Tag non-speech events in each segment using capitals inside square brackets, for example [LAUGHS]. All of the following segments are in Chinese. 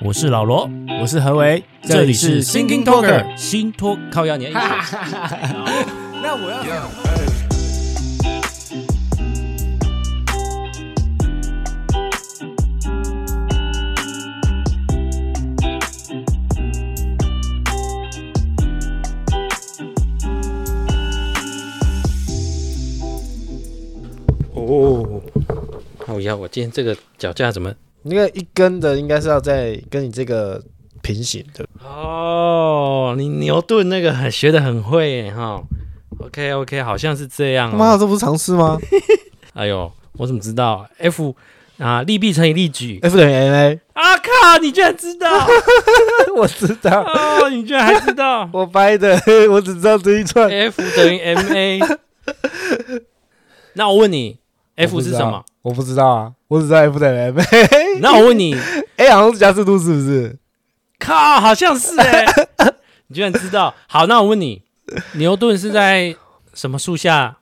我是老罗，我是何为，这里是 Thinking Talker。新托靠压年。那我要哦，哦呀，我今天这个脚架怎么？那个一根的应该是要在跟你这个平行的。哦，你牛顿那个很学的很会耶哈。OK OK，好像是这样、妈哦。的，这不是常识 [LAUGHS] 吗哎呦，我怎么知道？F 啊，利弊乘以利矩。 ？F 等于 ma，啊靠！你居然知道！ [LAUGHS] 我知道，哦，你居然还知道我掰的， [LAUGHS] 我只知道这一串。 F 等于 [LAUGHS] ma。那我问你，F 哎是什么？我不知道啊，我只知道 F 等 [LAUGHS] 于 ma。那我问你，哎，好像是加速度是不是？靠，好像是哎、你居然知道。好，那我问你，牛顿是在什么树下？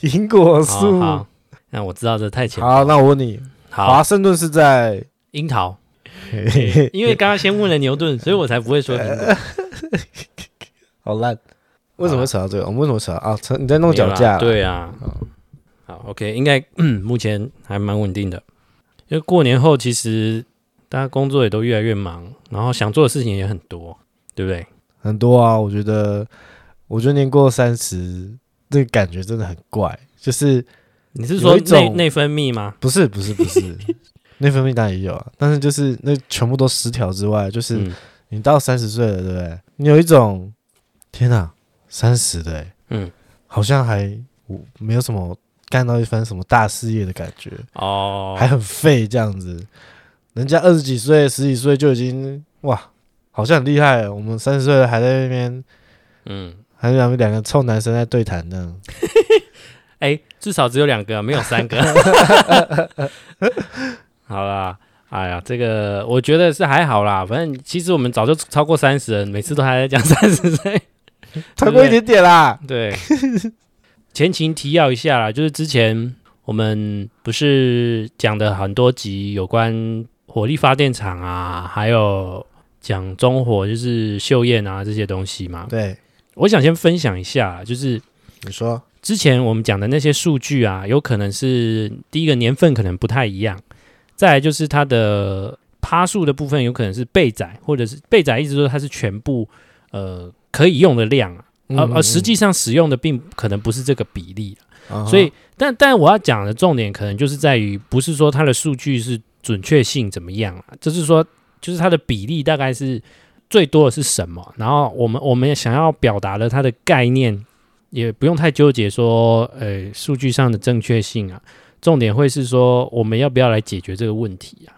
苹果好树。好，那我知道这太浅。好，那我问你，华好，盛顿是在？樱桃，因为刚刚先问了牛顿，所以我才不会说苹呃果。 [LAUGHS] 好烂，为什么会扯到这个？我们为什么扯到啊？扯你在弄脚没有架？哦啦，对啊。好，OK，应该、嗯、目前还蛮稳定的，因为过年后其实大家工作也都越来越忙，然后想做的事情也很多，对不对？很多啊，我觉得，我觉得年过三十，这个感觉真的很怪，就是你是有说一内种内分泌吗？不是不是不 [LAUGHS] 是，内分泌当然也有啊，但是就是那全部都失调之外，就是嗯你到三十岁了，对不对？你有一种天哪、三十的、欸，嗯，好像还我没有什么干到一番什么大事业的感觉，哦，还很废这样子。人家二十几岁、十几岁就已经哇，好像很厉害了，我们三十岁了还在那边，嗯，还有两个两个臭男生在对谈呢。哎，至少只有两个，没有三个。 [LAUGHS] 好啦，哎呀，这个我觉得是还好啦，反正其实我们早就超过三十了，每次都还在讲三十岁。超过一点点啦。对， [LAUGHS] 前情提要一下啦，就是之前我们不是讲的很多集有关火力发电厂啊，还有讲中火就是秀焰啊这些东西嘛。对，我想先分享一下，就是你说，之前我们讲的那些数据啊，有可能是第一个年份可能不太一样，再来就是它的趴数的部分有可能是备载，或者是备载意思说它是全部呃可以用的量啊，而、而、实际上使用的并可能不是这个比例啊、嗯，所以但但我要讲的重点可能就是在于，不是说它的数据是准确性怎么样啊，就是说就是它的比例大概是最多的是什么，然后我们我们想要表达的它的概念，也不用太纠结说，呃，数据上的正确性啊，重点会是说我们要不要来解决这个问题啊，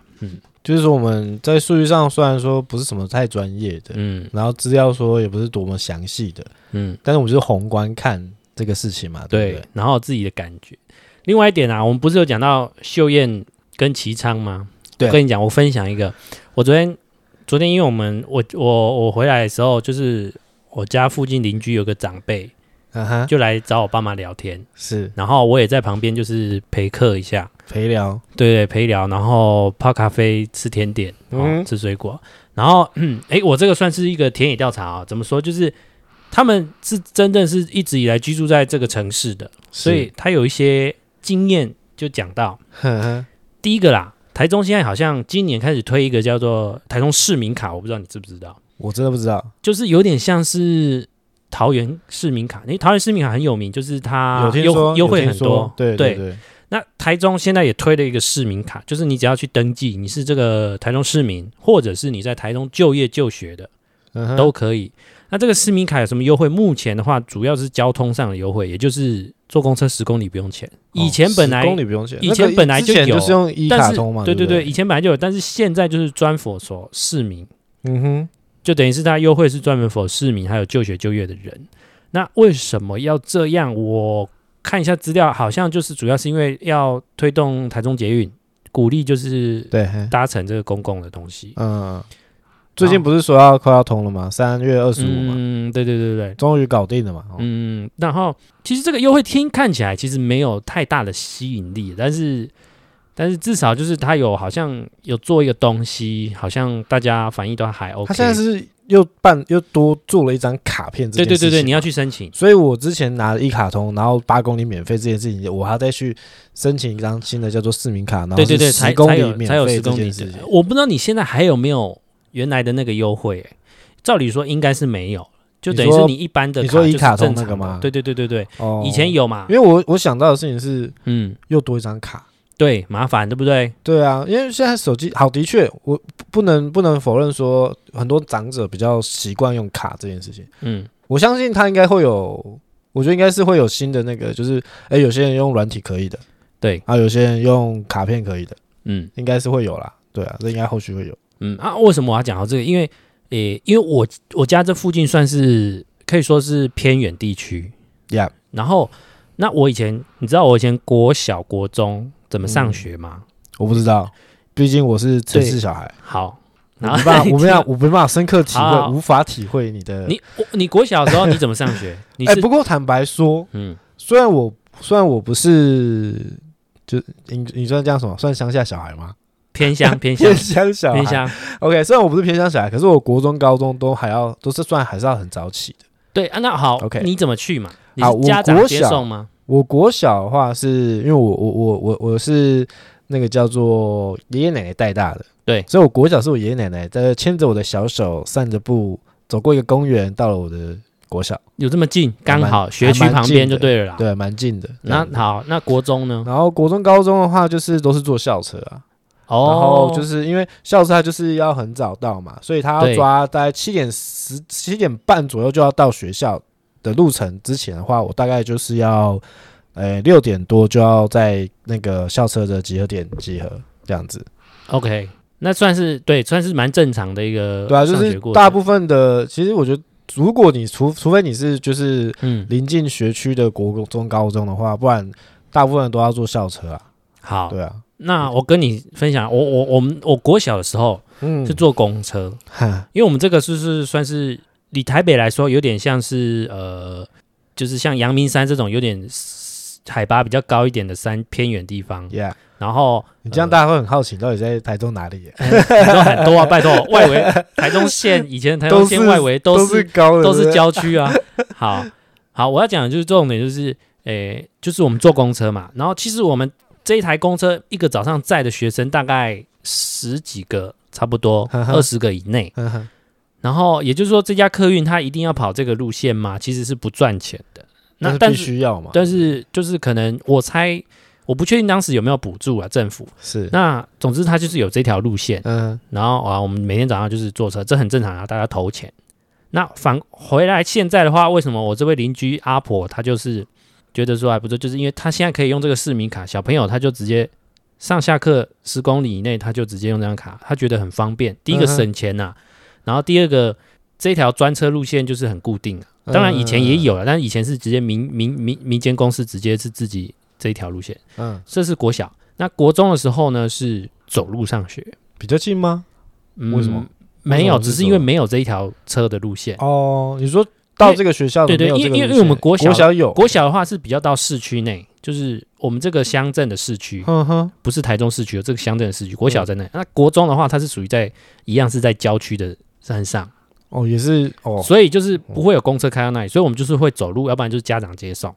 就是说我们在数据上虽然说不是什么太专业的，嗯然后资料说也不是多么详细的，嗯，但是我们就是宏观看这个事情嘛，对不对，然后自己的感觉。另外一点啊，我们不是有讲到秀燕跟齐昌吗？对我跟你讲，我分享一个，我昨天昨天因为我们我我我回来的时候，就是我家附近邻居有个长辈对？啊哈，就来找我爸妈聊天，是然后我也在旁边就是陪客一下，陪聊，对对，陪聊，然后泡咖啡、吃甜点、哦嗯吃水果，然后 [CLEARS THROAT] 嗯，哎，我这个算是一个田野调查啊、怎么说？就是他们是真正是一直以来居住在这个城市的，所以他有一些经验就讲到是，呵呵第一个啦，台中现在好像今年开始推一个叫做台中市民卡，我不知道你知不知道，我真的不知道，就是有点像是。桃园市民卡，因为桃园市民卡很有名，就是它有听优说优惠有听很说多，对对对，那台中现在也推了一个市民卡，就是你只要去登记，你是这个台中市民，或者是你在台中就业就学的嗯哼都可以。那这个市民卡有什么优惠？目前的话，主要是交通上的优惠，也就是坐公车十公里不用钱。以哦前本来10公里不用钱，以前那个本来就之前有就是用一但卡是通嘛，对对对不以，前本来就有，但是现在就是专佛所市民，嗯哼，就等于是它优惠是专门否市民还有就学就业的人。那为什么要这样？我看一下资料，好像就是主要是因为要推动台中捷运，鼓励就是对，嘿搭乘这个公共的东西。嗯，最近不是说要快要通了吗？三月二十五嘛，嗯，对对对对，终于搞定了嘛，哦嗯，然后其实这个优惠厅看起来其实没有太大的吸引力，但是但是至少就是他有好像有做一个东西，好像大家反应都还 OK。他现在是又办又多做了一张卡片这对件对事情，对对，你要去申请，所以我之前拿了一卡通，然后八公里免费这件事情，我还要再去申请一张新的叫做市民卡，然后对对对，是才十公才里有免才有费十这公件里事情的。。我不知道你现在还有没有原来的那个优惠、欸？照理说应该是没有，就等于你是说你一般的你说就一是卡通正那常个的吗对对对对对，哦以前，有嘛因？为我我想到的事情是嗯，又多一张卡。对，麻烦对不对？对啊，因为现在手机好，的确，我不不能不能否认说，很多长者比较习惯用卡这件事情。嗯，我相信他应该会有，我觉得应该是会有新的那个，就是哎、有些人用软体可以的，对，啊，有些人用卡片可以的，嗯应该是会有啦。对啊，这应该后续会有。嗯啊，为什么我要讲到这个？因为诶、因为我我家这附近算是可以说是偏远地区， Yeah，然后那我以前你知道我以前国小国中怎么嗯上学吗？我不知道，毕竟我是城市小孩，好，我然后没 [LAUGHS] 办法，我没办法，我没办法深刻体啊好好会，无法体会你的。你我你国小的时候你怎么上 [LAUGHS] 学？你哎、是、不过坦白说，嗯虽然我虽然我不是，就你你算这样什么？算乡下小孩吗？[LAUGHS] 偏乡 [LAUGHS] 偏乡偏乡啊小孩。偏乡， OK，虽然我不是偏乡小孩，可是我国中、高中都还要都是算还是要很早起的。对啊，那好 OK 你怎么去嘛？你好是我家长国接小送吗？我国小的话是，因为我我我我我是那个叫做爷爷奶奶带大的，对所以我国小是我爷爷奶奶在牵着我的小手，散着步走过一个公园，到了我的国小，有这么近，刚蛮好学还区蛮旁近边就的对了啦。对，蛮近的。那好，那国中呢？然后国中、高中的话，就是都是坐校车啊。然哦，后就是因为校车它就是要很早到嘛，所以他对要抓大概七点十、七点半左右就要到学校的路程之前的话，我大概就是要，呃，六点多就要在那个校车的集合点集合这样子。 OK，那算是对，算是蛮正常的一个对啊，就上是学过大程部分的，其实我觉得，如果你除除非你是就是嗯临近学区的国中、高中的话，不然大部分人都要坐校车啊。好。对啊，那我跟你分享，我我我们我国小的时候嗯 [LAUGHS] 是，坐公车，哈因为我们这个是是算是以台北来说，有点像是呃，就是像阳明山这种有点海拔比较高一点的山偏远地方， ，Yeah。然后嗯你这样大家会很好奇，到底在台中哪里、啊？台中很多啊，拜托，外围台中县以前台中都县是外围都是高的， [LAUGHS] 都对是不对。郊区啊。好好，我要讲的就是重点就是，诶、就是我们坐公车嘛，然后其实我们这一台公车一个早上载的学生大概十几个，差不多二十个以内。嗯哼然后也就是说，这家客运它一定要跑这个路线吗？其实是不赚钱的。那但但是必是须要嘛，但是就是可能我猜，我不确定当时有没有补助啊，政府。是那总之它就是有这条路线，嗯然后啊，我们每天早上就是坐车，这很正常啊，大家投钱。那反回来现在的话，为什么我这位邻居阿婆她就是觉得说啊还不错，就是因为她现在可以用这个市民卡，小朋友他就直接上下课十公里以内，他就直接用这张卡，他觉得很方便。第一个嗯哼省钱呐、然后第二个这条专车路线就是很固定啊。嗯当然以前也有啊了，但是以前是直接民民民民间公司直接是自己这一条路线，嗯这是国小。那国中的时候呢是走路上学，比较近吗？嗯为什么？没有，为什么是只是因为没有这一条车的路线。哦，你说到这个学校的嗯对对没有因为这个因为路因为我们线国小小有，国小的话是比较到市区内，就是我们这个乡镇的市区，嗯哼，不是台中市区，有哦这个乡镇的市区。国小在那，那国中的话，它是属于在一样是在郊区的山上，哦也是哦，所以就是不会有公车开到那里，所以我们就是会走路，要不然就是家长接送。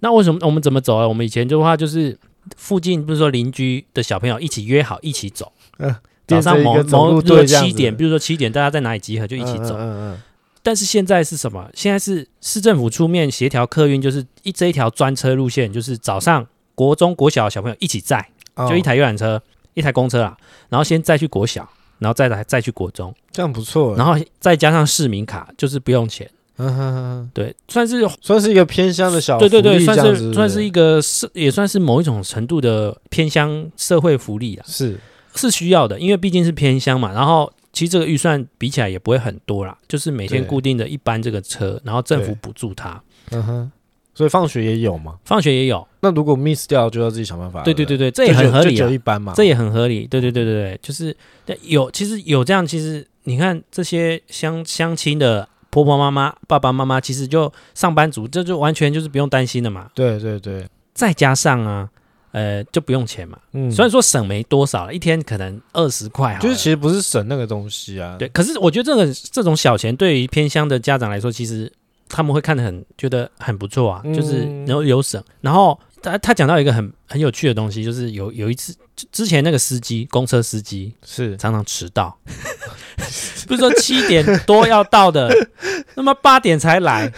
那为什么我们怎么走啊？我们以前的话就是附近不是说邻居的小朋友一起约好一起走，嗯早上变成一某个走某路比如说队这样七子点，比如说七点大家在哪里集合就一起嗯走。嗯嗯但是现在是什么？现在是市政府出面协调客运，就是一这一条专车路线，就是早上国中、国小的小朋友一起载，嗯，就一哦台游览车、一台公车啦，然后先载去国小，然后再来再去国中，这样不错，然后再加上市民卡，就是不用钱，嗯哼哼，对，算是算是一个偏乡的小对对福对，利算这样子是算是一个社，也算是某一种程度的偏乡社会福利啦，是是需要的，因为毕竟是偏乡嘛，然后。其实这个预算比起来也不会很多啦，就是每天对固定的一班这个车，然后政府对补助它，嗯哼，所以放学也有嘛。放学也有，那如果 miss 掉，就要自己想办法。对对对对对，不，这也就只很有合就理、只啊有，一班嘛。这也很合理。对对对对对，就是对有其实有这样，其实你看这些相相亲的婆婆妈妈、爸爸妈妈，其实就上班族，这就完全就是不用担心的嘛。对对对，再加上啊，呃，就不用钱嘛。嗯，虽然说省没多少，一天可能二十块好了，就是其实不是省那个东西啊，对。可是我觉得这个这种小钱对于偏乡的家长来说，其实他们会看得很觉得很不错啊，嗯就是然后有省。然后他他讲到一个很很有趣的东西，就是有有一次之之前那个司机，公车司机是常常迟到， [LAUGHS] 不是说七点多要到的， [LAUGHS] 那么八点才来，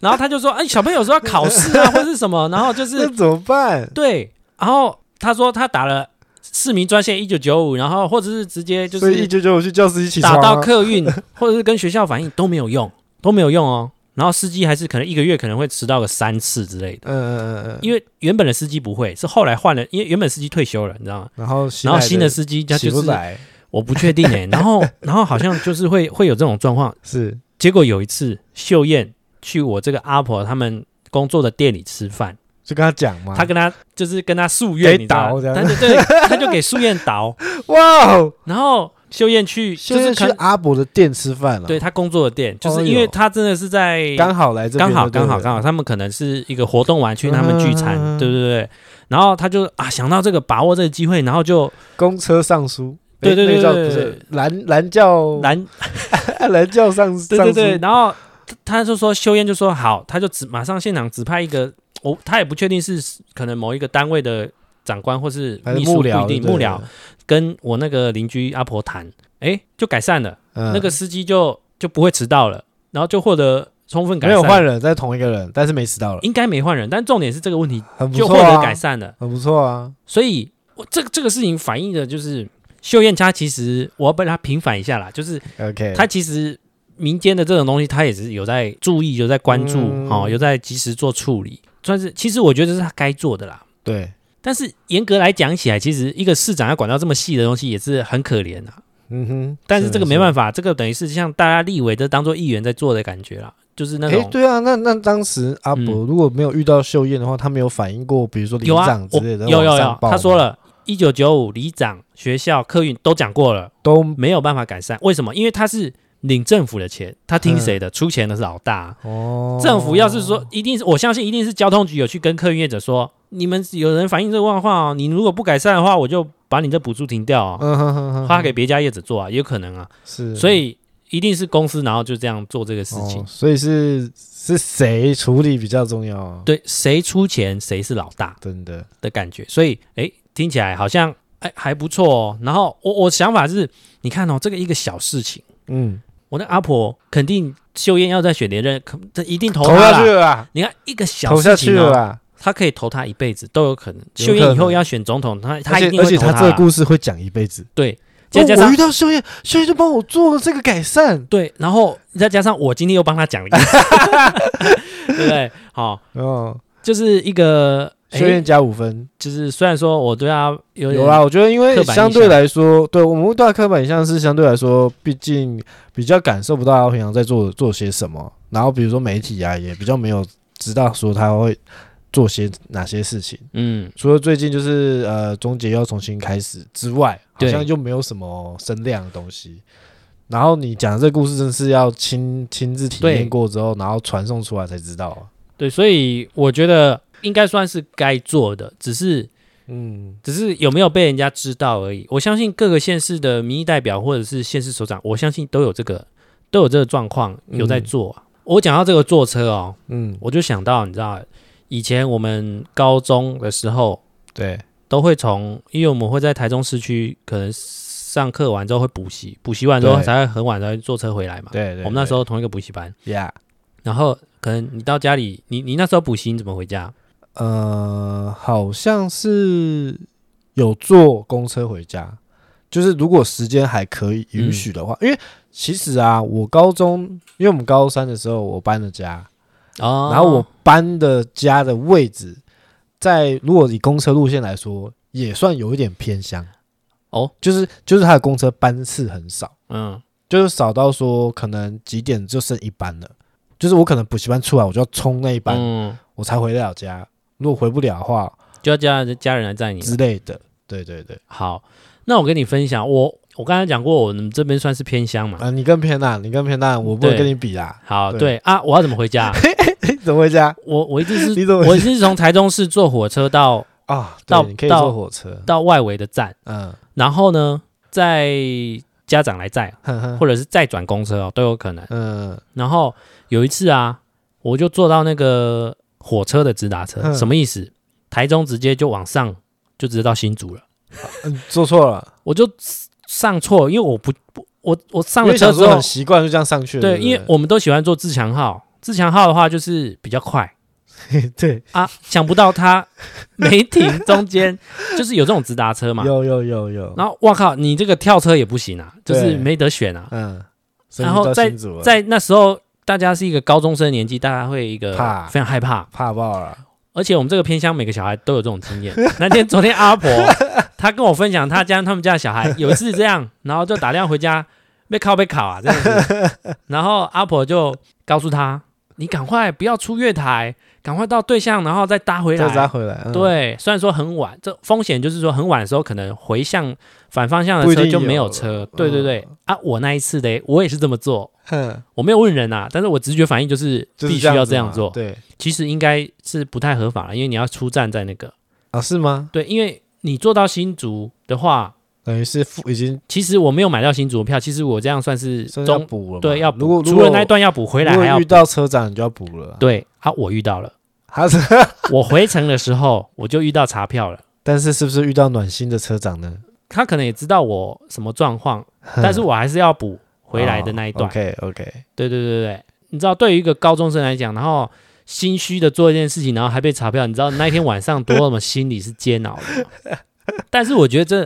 然后他就说：“哎，小朋友说要考试 [LAUGHS] 啊，或是什么。”然后就是那怎么办？对，然后他说他打了市民专线一九九五，然后或者是直接就所以一是九九五去教室一起啊打到客运， [LAUGHS] 或者是跟学校反映都没有用，都没有用哦。然后司机还是可能一个月可能会迟到个三次之类的，嗯嗯嗯嗯，因为原本的司机不会，是后来换了，因为原本司机退休了，你知道吗？然后然后新的是司机他起就不是来，我不确定 [LAUGHS] 哎、然后然后好像就是会会有这种状况。是结果有一次秀燕去我这个阿婆他们工作的店里吃饭，就跟他讲嘛，他跟他就是跟他诉愿，给你知道倒这样吗他就对，他就给素燕倒， [LAUGHS] 哇哦，然后秀燕去就现在是去看阿伯的店吃饭了，对，他工作的店，就哦是哟因为他真的是在刚好来这边刚好就对刚了好刚好，他们可能是一个活动完去他们聚餐，嗯对对对，然后他就啊想到这个把握这个机会，然后就公车上书，对诶对那对个叫对不对是蓝蓝教拦， [LAUGHS] 蓝教上对上对书，对，然后他他就说秀燕就说好，他就只马上现场指派一个，我他也不确定是可能某一个单位的长官或是还是秘书幕不僚一定对幕不对僚，跟我那个邻居阿婆谈，哎就改善了。嗯那个司机就就不会迟到了，然后就获得充分改没善。有换人，但是同一个人，但是没迟到了，应该没换人，但重点是这个问题很不就获错得啊，改善了。很不错啊，所以，我这这个事情反映的就是秀燕她其实我要被她平反一下啦，就是 OK，她其实民间的这种东西，她也是有在注意，有在关注，嗯哦，有在及时做处理，算是其实我觉得这是她该做的啦。对，但是严格来讲起来，其实一个市长要管到这么细的东西，也是很可怜的、嗯哼，但是这个没法。办法，这个等于是像大家立委这当做议员在做的感觉啦，就是那哎、种、对啊，那那当时阿伯嗯如果没有遇到秀艳的话，他没有反映过，比如说里有啊长，之我类的，有有往上有，报他说吗了，一九九五里长、学校、客运都讲过了，都没有办法改善。为什么？因为他是领政府的钱，他听谁的？出钱的是老大。嗯哦，政府要是说，一定是我相信一定是交通局有去跟客运业者说，你们有人反映这个状况哦，你如果不改善的话，我就把你这补助停掉哦，嗯哼哼哼，发给别家业者做啊，也有可能啊。是，所以一定是公司，然后就这样做这个事哦情。所以是是谁处理比较重要啊？对，谁出钱谁是老大。真的，的感觉，所以哎，听起来好像哎还不错哦。然后我我想法是，你看哦，这个一个小事情，嗯，我那阿婆肯定秀燕要在选连任，可这一定投投她下去啦。了啦，你看一个小投下事去情了啊哦，啦，她可以投她一辈子都有可能。有秀可燕以能后要选总统，她她而一且定而会且投啊他她这个啦故事会讲一辈子。对，哦再加我上遇到秀艳，秀艳就帮我做了这个改善，对，然后再加上我今天又帮她讲了 [LAUGHS] 一个，对不对？好、哦，就是一个哎秀，艳加五分。就是虽然说我对她有点有啊啦，我觉得因为刻板印相对象来说，对我们对他刻板印象是相对来说，毕竟比较感受不到他平常在做做些什么，然后比如说媒体啊，也比较没有知道说他会做些哪些事情。嗯除了最近就是呃终结要重新开始之外，好对像又没有什么声量的东西。然后你讲的这个故事，真是要亲亲自体对验过之后，然后传送出来才知道啊。对，所以我觉得应该算是该做的，只是嗯，只是有没有被人家知道而已。我相信各个县市的民意代表或者是县市首长，我相信都有这个都有这个状况，有在做啊、我讲到这个坐车哦，嗯，我就想到你知道，以前我们高中的时候对，都会从，因为我们会在台中市区可能上课完之后会补习，补习完之后对才会很晚才会坐车回来嘛。对对。我们那时候候同一个补习班，呀然后可能你到家里，你你那时候补习你怎么回家？呃，好像是有坐公车回家，就是如果时间还可以允许的嗯话，因为其实啊，我高中，因为我们高三的时候我搬了家，哦，然后我搬的家的位置，在如果以公车路线来说，也算有一点偏乡哦，就是就是它的公车班次很少，嗯，就是少到说可能几点就剩一班了，就是我可能补习班出来，我就要冲那一班，嗯，我才回得了家。如果回不了的话就要叫家人来载你。之类的，对对对，好，那我跟你分享，我我刚才讲过，我们这边算是偏乡嘛。啊，你更偏大，你更偏大，我不能对跟你比啦。好，对对啊， [LAUGHS] 我要怎么回家？怎么回家？我我一定是你怎么我一定是从台中市坐火车到啊，到对，你可以到坐火车，到外围的站，嗯，然后呢再家长来载， [LAUGHS] 哼哼或者是再转公车哦，都有可能。嗯然后有一次啊，我就坐到那个火车的直达车，嗯什么意思？台中直接就往上，就直接到新竹了。嗯，坐错了，我就上错，因为我不不我我上因了为车想之说后很，习惯就这样上去了，对，不因为我们都喜欢坐自强号，自强号的话就是比较快对，啊， [LAUGHS] 想不到它没停，中间就是有这种直达车嘛。有有有有，然后哇靠，你这个跳车也不行啊，就是对没得选啊。嗯，所以然你后到在新竹了在那时候，大家是一个高中生的年纪，大家会一个怕非常害怕，怕爆了，而且我们这个偏乡每个小孩都有这种经验。 [LAUGHS] 那天昨天阿 [LAUGHS] 婆她跟我分享，她家他们家的小孩有一次这样，然后就打电话回家被考被考啊这样子， [LAUGHS] 然后阿婆就告诉他：“你赶快不要出月台，赶快到对象，然后再搭回再扎来。回来，嗯，对，虽然说很晚，这风险就是说很晚的时候，可能回向反方向不的一车定就没有嗯有车。对对对，啊，我那一次的我也是这么做，哼，我没有问人啊，但是我直觉反应就是就必是须要子这样嘛做。对其实应该是不太合法了，因为你要出站在那个啊，是吗？对，因为你坐到新竹的话，等于是付已经其实我没有买到新竹的票，其实我这样算是算是要中补了嘛，对要补如果如除果了那一段要补回来如果还要遇到车长你就要补了，对啊，我遇到了， [LAUGHS] 他是， [LAUGHS] 我回程的时候我就遇到查票了，但是是不是遇到暖心的车长呢？ [LAUGHS] 他可能也知道我什么状况，哼但是我还是要补回来的那一段，嗯 OK OK，对对对对对，你知道对于一个高中生来讲，然后。心虚的做一件事情，然后还被查票，你知道那一天晚上多么心里是煎熬的吗。 [LAUGHS] 但是我觉得这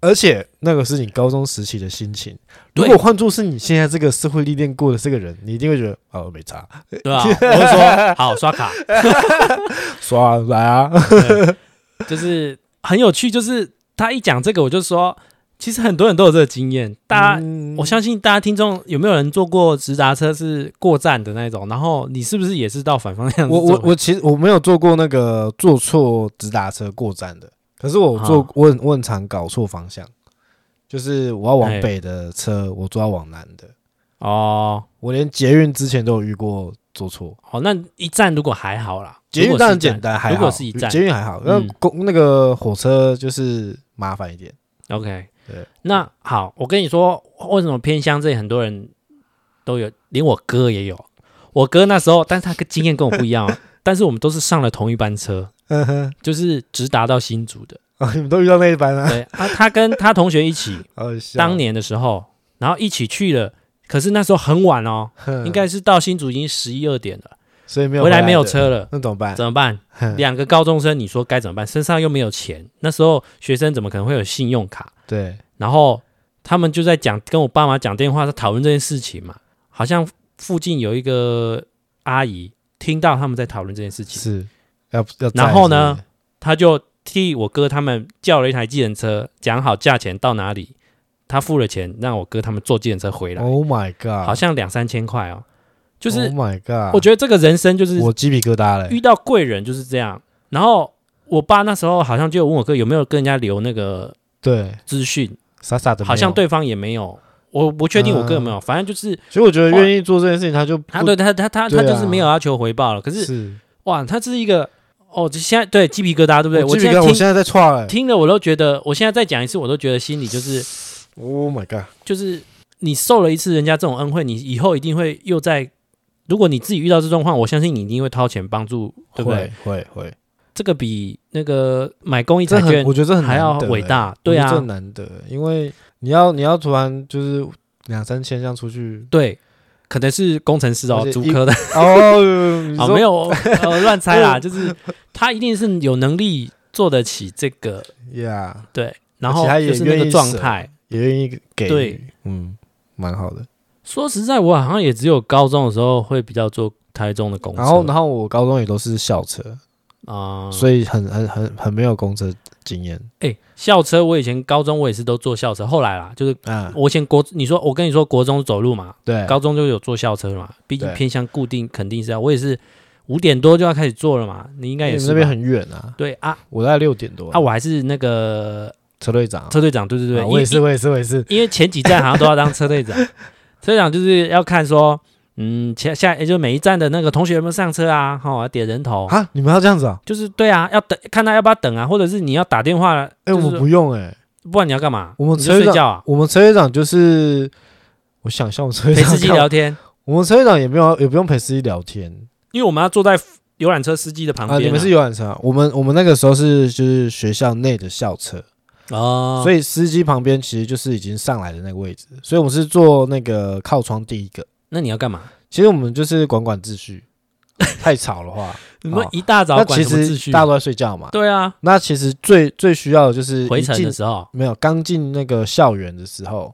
而且那个是你高中时期的心情。如对果换作是你现在这个社会历练过的这个人，你一定会觉得哦，没差，[LAUGHS] 对啊，我会说好刷卡，刷啊来啊，就是很有趣。就是他一讲这个，我就说，其实很多人都有这个经验。大家，嗯我相信大家听众有没有人坐过直达车是过站的那种？然后你是不是也是到反方向坐？我我我其实我没有坐过那个坐错直达车过站的，可是我坐、啊我很我很常搞错方向，就是我要往哎北的车，我坐要往南的，哦我连捷运之前都有遇过坐错。好，那一站如果还好啦，捷运当然简如果是一站单，还好如果是一站捷运还好，那嗯公那个火车就是麻烦一点。 OK，对那好，我跟你说，为什么偏乡这里很多人都有，连我哥也有。我哥那时候，但是他经验跟我不一样 [LAUGHS] 哦，但是我们都是上了同一班车，嗯哼，就是直达到新竹的。 [LAUGHS] 啊，你们都遇到那一班啊？ [LAUGHS] 对啊，他跟他同学一起，好好笑当年的时候，然后一起去了，可是那时候很晚哦，哼应该是到新竹已经十一二点了，所以嗯没有回来的嗯没有，车了，那怎么办？怎么办？哼两个高中生，你说该怎么办？身上又没有钱，那时候学生怎么可能会有信用卡？对，然后他们就在讲跟我爸妈讲电话，在讨论这件事情嘛，好像附近有一个阿姨听到他们在讨论这件事情，是要要载。然后呢是他就替我哥他们叫了一台计程车，讲好价钱到哪里，他付了钱，让我哥他们坐计程车回不是来， ？Oh my god！好像两三千块哦。就是 Oh my god！我觉得这个人生就是我鸡皮疙瘩了。遇到贵人就是这样。然后我爸那时候好像就有问我哥有没有跟人家留那个对，资讯，傻傻的，好像。对方也没有，我不确定我哥有没嗯有，反正就是所以我觉得愿意做这件事情，他就不他对他他他对他啊就是没有要求回报了。可是是哇，他是一个哦，这现在对鸡皮疙瘩，对不对？我我鸡现皮疙在瘩，我听现在在踹了。听了我都觉得，我现在再讲一次，我都觉得心里就是 Oh my god！就是你受了一次人家这种恩惠，你以后一定会又在。如果你自己遇到这状况，我相信你一定会掏钱帮助，对不对？会会会，这个比那个买公益这彩很券我觉得这很还要难得伟欸，大，我对觉得这啊，很，难得，因为你要你要突然就是两三千这样出去 [LAUGHS] 对，可能是工程师哦而，且足一科的，哦，你好，说没有，呃，乱猜 [LAUGHS] 啦，就是他一定是有能力做得起这个， ，Yeah，对，然而且后他也就是那愿个意状舍态。也愿意给予，对嗯，蛮好的。说实在，我好像也只有高中的时候会比较坐台中的公车，然后然后我高中也都是校车，啊，所以很很很很没有公车经验哎，校车我以前高中我也是都坐校车，后来啦，就是啊。我以前国，你说我跟你说国中走路嘛，对，高中就有坐校车嘛，毕竟对偏向固定肯定是要，我也是五点多就要开始坐了嘛，你应该因为也你们是那边吧很远啊，对啊我在六点多啊，我还是那个车队长啊，车队长，对对对，啊因我也是，因我也是，我也是。 [LAUGHS] 因为前几站好像都要当车队长，车队长就是要看说嗯，下下也就每一站的那个同学有没有上车啊？哈、哦，点人头，啊，你们要这样子啊？就是对啊，要等看他要不要等啊，或者是你要打电话，哎、就我是们不用哎、不然你要干嘛？我们你车就睡长觉啊，我们车队长就是，我想一下，我们车队陪长司机干嘛聊 [LAUGHS] 天，我们车队长也没有啊也不用陪司机聊天因为我们要坐在游览车司机的旁啊。边、你们是游览车啊，我们我们那个时候是就是学校内的校车，哦，所以以司机旁边其实就是已经上来的那个位置，所以我们是坐那个靠窗第一个。那你要干嘛？其实我们就是管管秩 [LAUGHS] 序，太吵的话，你们一大早那管其什么秩实序？大家都在睡觉嘛。对啊，那其实最最需要的就是回一程进的时候，没有刚进那个校园的时候，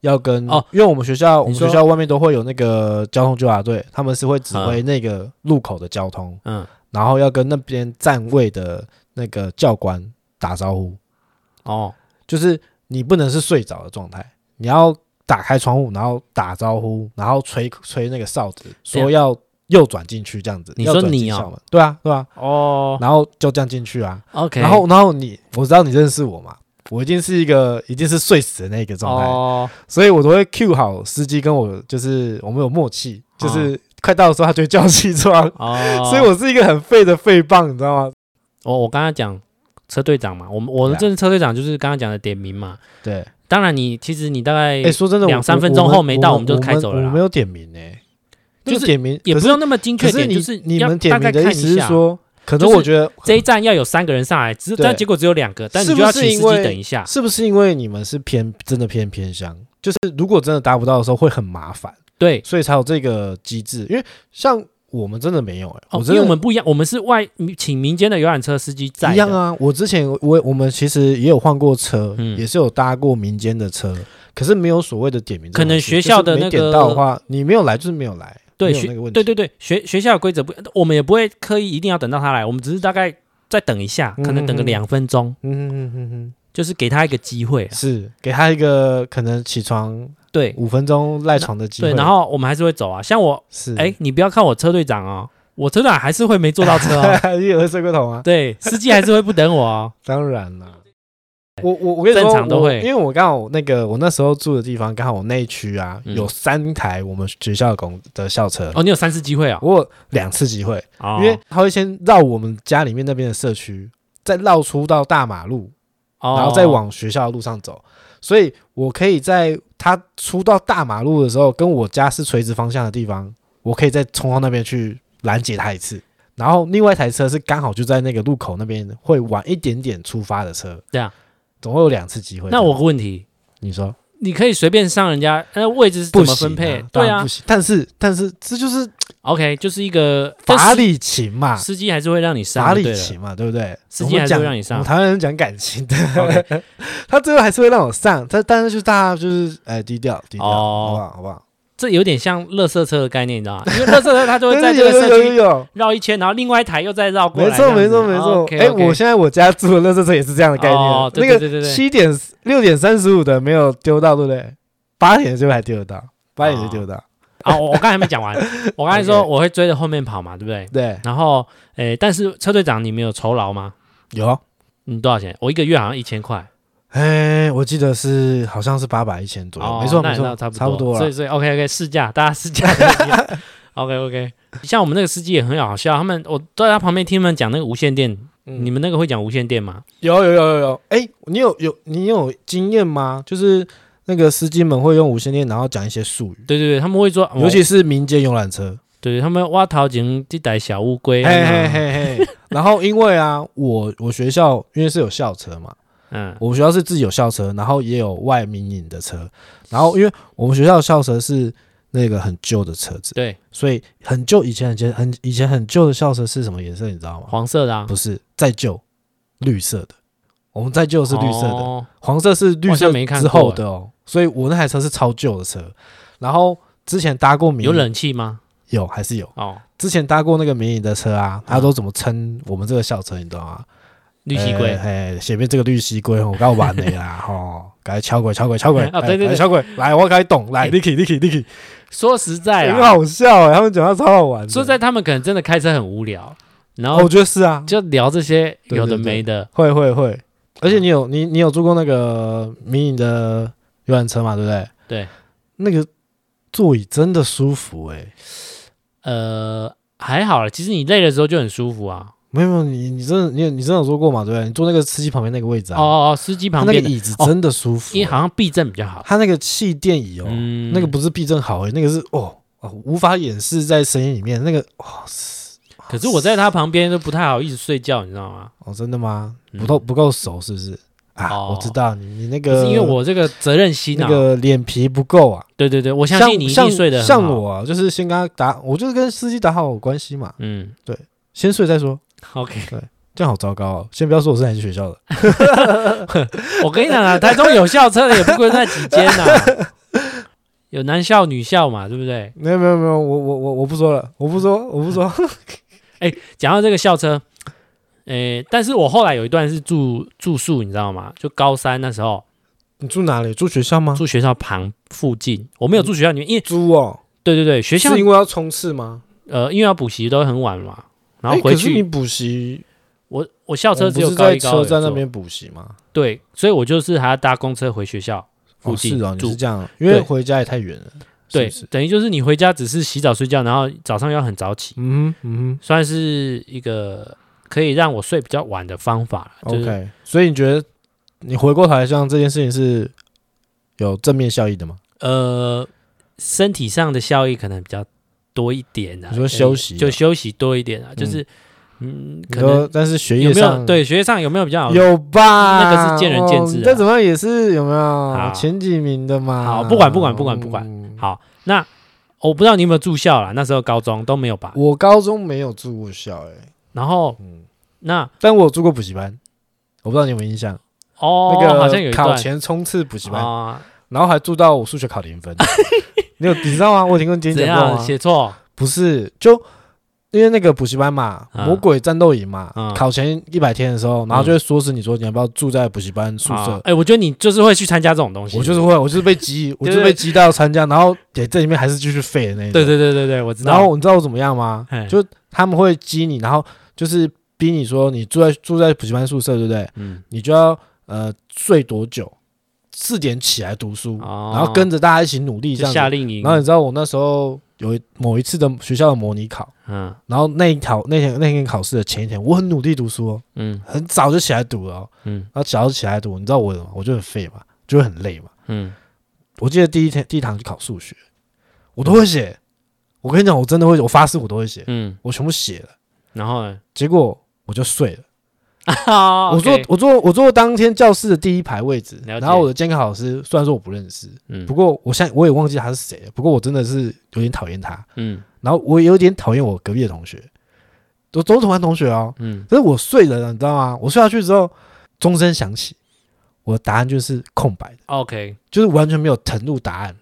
要跟哦，因为我们学校我们说学校外面都会有那个交通纠察队，他们是会指挥那个路口的交通，嗯，然后要跟那边站位的那个教官打招呼，哦，就是你不能是睡着的状态，你要打开窗户，然后打招呼，然后吹吹那个哨子，说要右转进去这样子。你说右转进你哦校门？对啊，对啊，哦然后就这样进去啊。 ，OK，然后，然后你，我知道你认识我嘛，我一定是一个一定是睡死的那个状态，哦，所以我都会 cue 好司机跟我，就是我们有默契，就是快到的时候他就会叫起床，哦，所以我是一个很废的废棒，你知道吗？我我刚刚讲车队长嘛，我们我对们啊这车队长就是刚刚讲的点名嘛。对，当然你，其实你大概哎、说真的，两我三我分钟我后没到我我们就开走了啦我没有点名哎、那就个是点名也可不是用那么精可确是点，你就是你要们大点名概的看意一思是下，说，可能就是我觉得这一站要有三个人上来，只是对但结果只有两个，但你是就不要是请司因机为等一下。是不是因为你们是偏真的偏偏乡，就是如果真的达不到的时候会很麻烦，对，所以才有这个机制。因为像我们真的没有哎、哦，因真为的我们不一样，我们是外请民间的游览车司机在的一样，啊。我之前我我们其实也有换过车，嗯也是有搭过民间的车，可是没有所谓的点名这可种东能西。学校的就是没那个点到的话，你没有来就是没有来，对没有学那个问对题。对对，学学校的规则不，我们也不会刻意一定要等到他来，我们只是大概再等一下，可能等个嗯嗯嗯两分钟，嗯哼哼哼哼，就是给他一个机会啊。是给他一个可能起床对五分钟赖床的机会。对，然后我们还是会走啊。像我，是哎，你不要看我车队长哦，我车队长还是会没坐到车 [LAUGHS] 哦。你也会睡过头吗？对，司机还是会不等我哦。当然啦。我我我跟你说，正常都我会因为我刚好那个我那时候住的地方，刚好我那一区啊、嗯有三台我们学校的公的校车，哦，你有三次机会哦。我有两次机会，哦因为他会先绕我们家里面那边的社区，再绕出到大马路，然后再哦往学校的路上走，所以我可以在他出到大马路的时候，跟我家是垂直方向的地方，我可以再冲到那边去拦截他一次。然后另外一台车是刚好就在那个路口那边会晚一点点出发的车，这样总会有两次机会。那我有个问题，你说你可以随便上人家，那位置是怎不么行分啊、配？当对然啊不行。但是但是这就是，OK，就是一个法但理情嘛，司司机还是会让你上，法就理对了情嘛，对不对？司我机们还是讲会让你上我们台湾人讲感情 [LAUGHS] 的，他最后还是会让我上，但但是就是大家就是哎低调低调，哦好不好？好不好？这有点像垃圾车的概念，你知道吗？ [LAUGHS] 因为垃圾车它就会在但是这有个有社有有区有，绕一圈，然后另外一台又再绕过来。没错没错没错。哎，哎，我现在我家住的垃圾车也是这样的概念哦，对那对对个对对七点六点三十五的没有丢到，对不对？八点就还丢得到，八点就丢得到，啊，我我刚才还没 [LAUGHS] 讲完，我刚才说 OK 我会追着后面跑嘛，对不对？对，然后，哎，但是车队长你没有酬劳吗？有。你嗯多少钱？我一个月好像一千块，哎，我记得是好像是八百一千左右，哦，没错那没错那，差差不多多，所以了。所以 OK OK 试驾，大家试驾。OK [LAUGHS] OK，像我们那个司机也很好笑，他们我在他旁边听他们讲那个无线电，嗯你们那个会讲无线电吗？有有有有有，哎、你有有你有经验吗？就是那个司机们会用无线电，然后讲一些术语，对对对，他们会说，尤哦其是民间游览车。对他们挖桃井这台小乌龟，啊嘿嘿嘿 [LAUGHS] 嘿。然后因为啊，我我学校因为是有校车嘛，嗯，我们学校是自己有校车，然后也有外民营的车。然后因为我们学校的校车是那个很旧的车子，对，所以很旧以前很前很以前很旧的校车是什么颜色，你知道吗？黄色的啊，不是，再旧，绿色的。我们再旧是绿色的。哦黄色是绿我好色像没看之过后的哦，所以我那台车是超旧的车。然后之前搭过民有冷气吗？有还是有，哦，之前搭过那个民营的车啊，他嗯都怎么称我们这个小车，你懂吗？绿西龟哎，哎，前面这个绿西龟哦，我告完你啦， [LAUGHS] 吼，该敲鬼敲鬼敲鬼，啊哎对对对哎敲鬼，来我该懂，来哎 Licky Licky Licky，说实在很啦，好笑哎，他们讲话超好玩的。说实在他们可能真的开车很无聊，然哦，后我觉得是啊，就聊这些对有的对对没的，会会会，而且你嗯有你你有坐过那个迷你的游览车嘛，对不对？对，那个座椅真的舒服哎、呃，还好了，其实你累的时候就很舒服啊。没有没有，你你真的你你真的有说过嘛？对不对？你坐那个司机旁边那个位置啊，哦哦哦，司机他旁那边个的，哦椅子真的舒服、欸因为好像避震比较好。他那个气垫椅哦，嗯那个不是避震好哎、那个是哦哦无法掩饰在声音里面那个哦哇、是可是我在他旁边都不太好意思睡觉，你知道吗？哦真的吗？嗯不够不够熟是不是啊？哦我知道你你那可个是因为我这个责任心那啊，个脸皮不够啊，对对对，我相像信你一像定睡得很像好，我啊，就是先跟他打，我就是跟司机打好关系嘛，嗯先睡再说， ，OK。这样好糟糕哦。先不要说我是哪间学校的，我跟你讲啊，台中有校车的也不过那几间呐、 [LAUGHS] 有男校女校嘛，对不对？没有没有没有，我我我我不说了，我不说我不说， [LAUGHS] 讲到这个校车，诶、但是我后来有一段是住住宿，你知道吗？就高三那时候你住哪里？住学校吗？住学校旁附近，我没有住学校里面，因为租哦，对对对，学校嗯是因为要冲刺吗？呃，因为要补习都很晚嘛，然后哎回可是你去、补习，我我校我车们只不有是高在一高车二站那坐边补习吗？对，所以我就是还要搭公车回学校附哦，近是哦，你住是。这样，因为对回家也太远了，是对不是，等于就是你回家只是洗澡睡觉，然后早上要很早起，嗯哼嗯算是一个可以让我睡比较晚的方法哼了。就是，OK，所以你觉得你回过头来像这件事情是有正面效益的吗？呃，身体上的效益可能比较多一点啊。你说休息呃就啊休息多一点啊，就嗯是嗯，你可说能但是学有业没上有对学业上有没有比较好？有吧？那个是见仁见智啊哦你再怎么样也是有没有好前几名的嘛？好不管不管不管不管嗯好，那我不知道你有没有住校啦，那时候高中都没有吧？我高中没有住过校，哎，然后嗯，那但我有住过补习班，我不知道你有没有印象？哦，那个好像有一考段前冲刺补习班，啊，然后还住到我数学考零 [LAUGHS] 分。你有你知道吗？我有听过你怎讲过样吗？写错？不是，就因为那个补习班嘛，嗯魔鬼战斗营嘛，嗯考前一百天的时候，然后就会唆使你说你要不要住在补习班宿啊舍。哎、我觉得你就是会去参加这种东西。我就是会，我就是被激，我 [LAUGHS] 对就是被激到参加，然后也这里面还是继续废的那一种。对对对对对，我哎知道。然后你知道我怎么样吗嘿？就他们会激你，然后就是逼你说你住在住在补习班宿舍，对不对？嗯，你就要呃睡多久，四点起来读书，哦然后跟着大家一起努力这就样夏子。令营，然后你知道我那时候有一某一次的学校的模拟考，嗯然后那一考那天那天考试的前一天，我很努力读书哦，嗯很早就起来读了哦、嗯然后早就起来读，你知道我怎么我就很废嘛，就会很累嘛。嗯，我记得第一天第一堂去考数学，我都会写。我跟你讲，我真的会，我发誓我都会写，嗯，我全部写了。然后呢？结果我就睡了。[LAUGHS] 啊我坐我坐我坐当天教室的第一排位置，了解然后我的监考老师虽然说我不认识，嗯不过我现在我也忘记他是谁了。不过我真的是有点讨厌他，嗯然后我有点讨厌我隔壁的同学，都都是同班同学哦。嗯，可是我睡了，你知道吗？我睡下去之后，钟声响起，我的答案就是空白的， OK，就是完全没有腾入答案，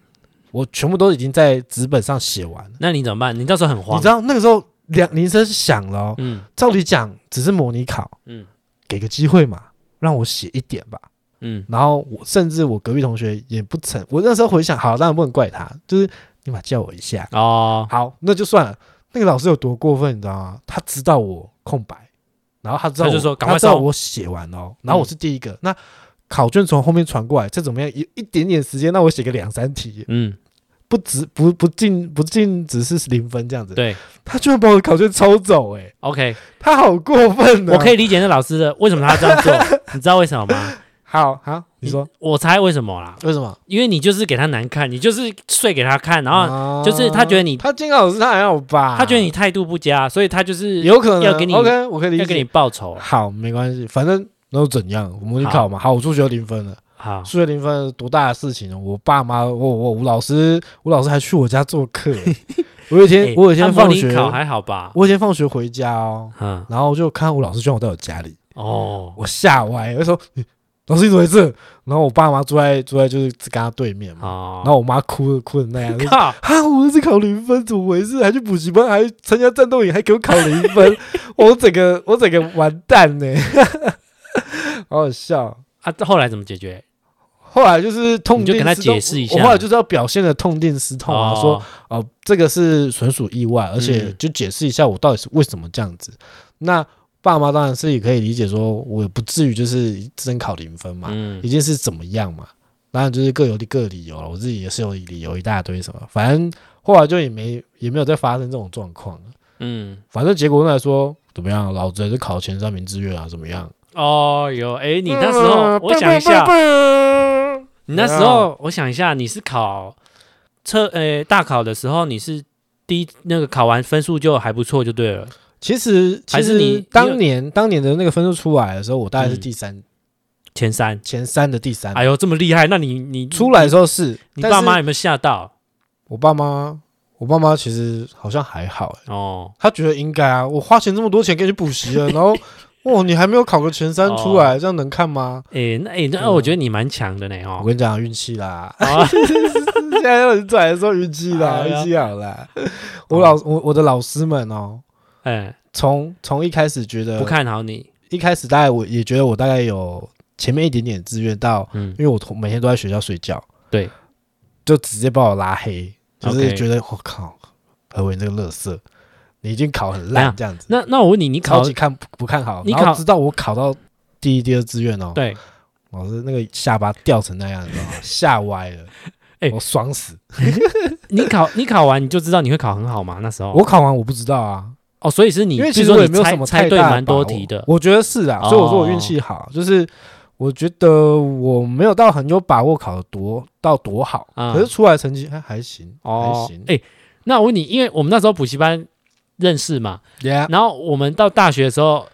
我全部都已经在纸本上写完了。那你怎么办？你那时候很慌，你知道那个时候两铃声响了、哦，嗯照理讲只是模拟考，嗯给个机会嘛，让我写一点吧。嗯然后我甚至我隔壁同学也不曾，我那时候回想，好，当然不能怪他，就是你嘛叫我一下，哦，好，那就算了。那个老师有多过分，你知道吗？他知道我空白，然后他知道我他就说赶快嗯他知道收我写完哦，然后我是第一个。那考卷从后面传过来，这怎么样？有一点点时间，那我写个两三题，嗯不止不不进不进，只是零分这样子。对他居然把我的考卷抽走、欸， ，OK，他好过分啊！我可以理解那老师的为什么他 [LAUGHS] 这样做，你知道为什么吗？好好，你说我猜为什么啦？为什么？因为你就是给他难看，你就是睡给他看，然后啊就是他觉得你他监考老师他还好吧？他觉得你态度不佳，所以他就是有可能啊要给你 OK，我可以理要给你解。报仇。好，没关系，反正那又怎样？我模拟考嘛。好，我数学零分了。好，数学零分多大的事情呢？我爸妈，我我吴老师，吴老师还去我家做客。欸 [LAUGHS] 我有一天，哎我有一他天模放拟学，考还好吧？我有一天放学回家哦，嗯然后就看到吴老师居然我在我家里，哦，我吓歪，我就说嗯老师你怎么在这？然后我爸妈坐在坐在就是跟他对面嘛，哦，然后我妈哭的哭的那样，就靠，啊，我儿子考零分，怎么回事？还去补习班，还参加战斗营，还给我考零分， [LAUGHS] 我整个我整个完蛋呢、 [LAUGHS] 好好笑。啊，后来怎么解决？后来就是痛你就定跟他思痛解释一我下后来就是要表现的痛定思痛啊，哦说哦、这个是纯属意外，而且嗯就解释一下我到底是为什么这样子。那爸妈当然是也可以理解，说我也不至于就是真考零分嘛，嗯一定是怎么样嘛。当然就是各有各理由了，我自己也是有理由一大堆什么，反正后来就也没也没有再发生这种状况了。嗯，反正结果论来说怎么样，老子还是考前三名志愿啊，怎么样？呃哦，有，哎，你那时候，我想一下，你那时候，我想一下，你是考测，呃，大考的时候，你是第一那个考完分数就还不错，就对了。其实还其是你实当年当年的那个分数出来的时候，我大概是第三、前三，前三的第三，哎呦，这么厉害，那你你出来的时候是，嗯你但是爸妈有没有吓到？我爸妈，我爸妈其实好像还好、欸，哦，他觉得应该啊，我花钱这么多钱给你补习 [LAUGHS] 了，然后哦，你还没有考个前三出哦来，这样能看吗？哎，那哎，对那啊我觉得你蛮强的呢，我哦。跟你讲，运气啦， [LAUGHS] 啊现在有人出来说运气啦， [LAUGHS] 哎呀运气好啦。我老我我的老师们哦，哎，从从一开始觉得不，看好你，一开始大概我也觉得我大概有前面一点点志愿到，嗯因为我同每天都在学校睡觉，对，就直接把我拉黑，就 OK 是觉得我靠，何伟你这个乐色，你已经考很烂这样子。那那我问你，你考超级看不不看好，你然后考直到我考到第一、第二志愿哦，，对，老师那个下巴掉成那样， [LAUGHS] 你知道吗？吓歪了，哎我爽死！你考你考完你就知道你会考很好嘛？那时候我考完我不知道啊，哦，所以哦是你，因为就其是实说我也你没有猜什么猜太对大蛮多把握题的，我觉得是啊，所以我说我运哦气好，就是我觉得我没有到很有把握考得多到多好，嗯可是出来成绩哎还还行，哦还，行，哎、那我问你，因为我们那时候补习班认识嘛，耶，然后我们到大学的时候，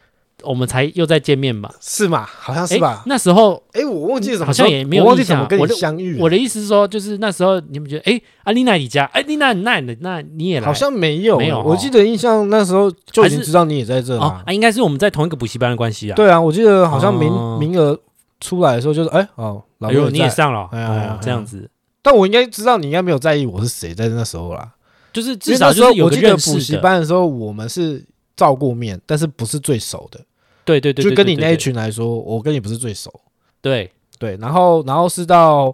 我们才又再见面嘛，是嘛？好像诶是吧？那时候哎，我忘记了什么好时候，像也没有我忘记印怎象么跟我你的相遇了，我的意思是说，就是那时候你们觉得，哎、阿丽娜你家，哎、丽娜那那那你也来，好像没有，没有我哦记得印象那时候就已经还是知道你也在这了哦啊，。啊，应该是我们在同一个补习班的关系啊。，对啊，我记得好像名、哦名额出来的时候就是，哎、哦，老哎魏呦，在你也上了哦，哎呀哎呀哎呀哦这样子，但我应该知道你应该没有在意我是谁在那时候啦。就是因至为那少时就候是有我个记得认补识习的，班的时候，我们是照过面，但是不是最熟的。对对对，就对跟你那一，对群来说，我跟你不是最熟。对对，然后然后是到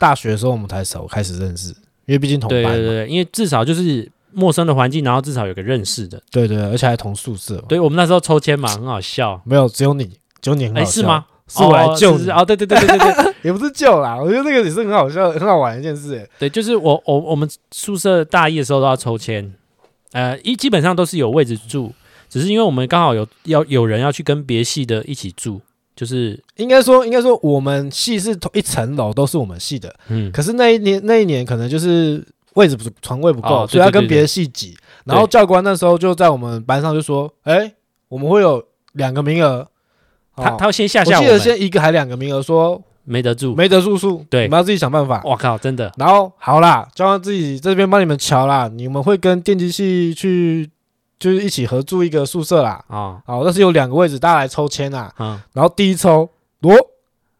大学的时候我们才熟开始认识，因为毕竟同对班对嘛，对对，因为至少就是陌生的环境，然后至少有个认识的。对对，而且还同宿舍嘛。对我们那时候抽签嘛，很好笑。没有，只有你，只有你很好哎，笑。是？吗？是我来哦救是你，是哦，对对对对对对也不是救啦。我觉得那个也是很好笑、很好玩的一件事、哎对，就是我我我们宿舍大一的时候都要抽签，呃，一基本上都是有位置住，只是因为我们刚好有要有人要去跟别系的一起住，就是应该说，应该说，我们系是同一层楼都是我们系的，嗯，可是那一年那一年可能就是位置不床位不够，哦对所以要对对跟别的系挤。然后教官那时候就在我们班上就说：“哎，我们会有两个名额。哦”他他会先吓吓我记得们，先一个还两个名额，说没得住，没得住宿，对哦你们要自己想办法。我靠，真的然后好啦，教官自己这边帮你们瞧啦，你们会跟电机系去就是一起合住一个宿舍啦。啊好，但是有两个位置，大家来抽签啦。啊！然后第一抽罗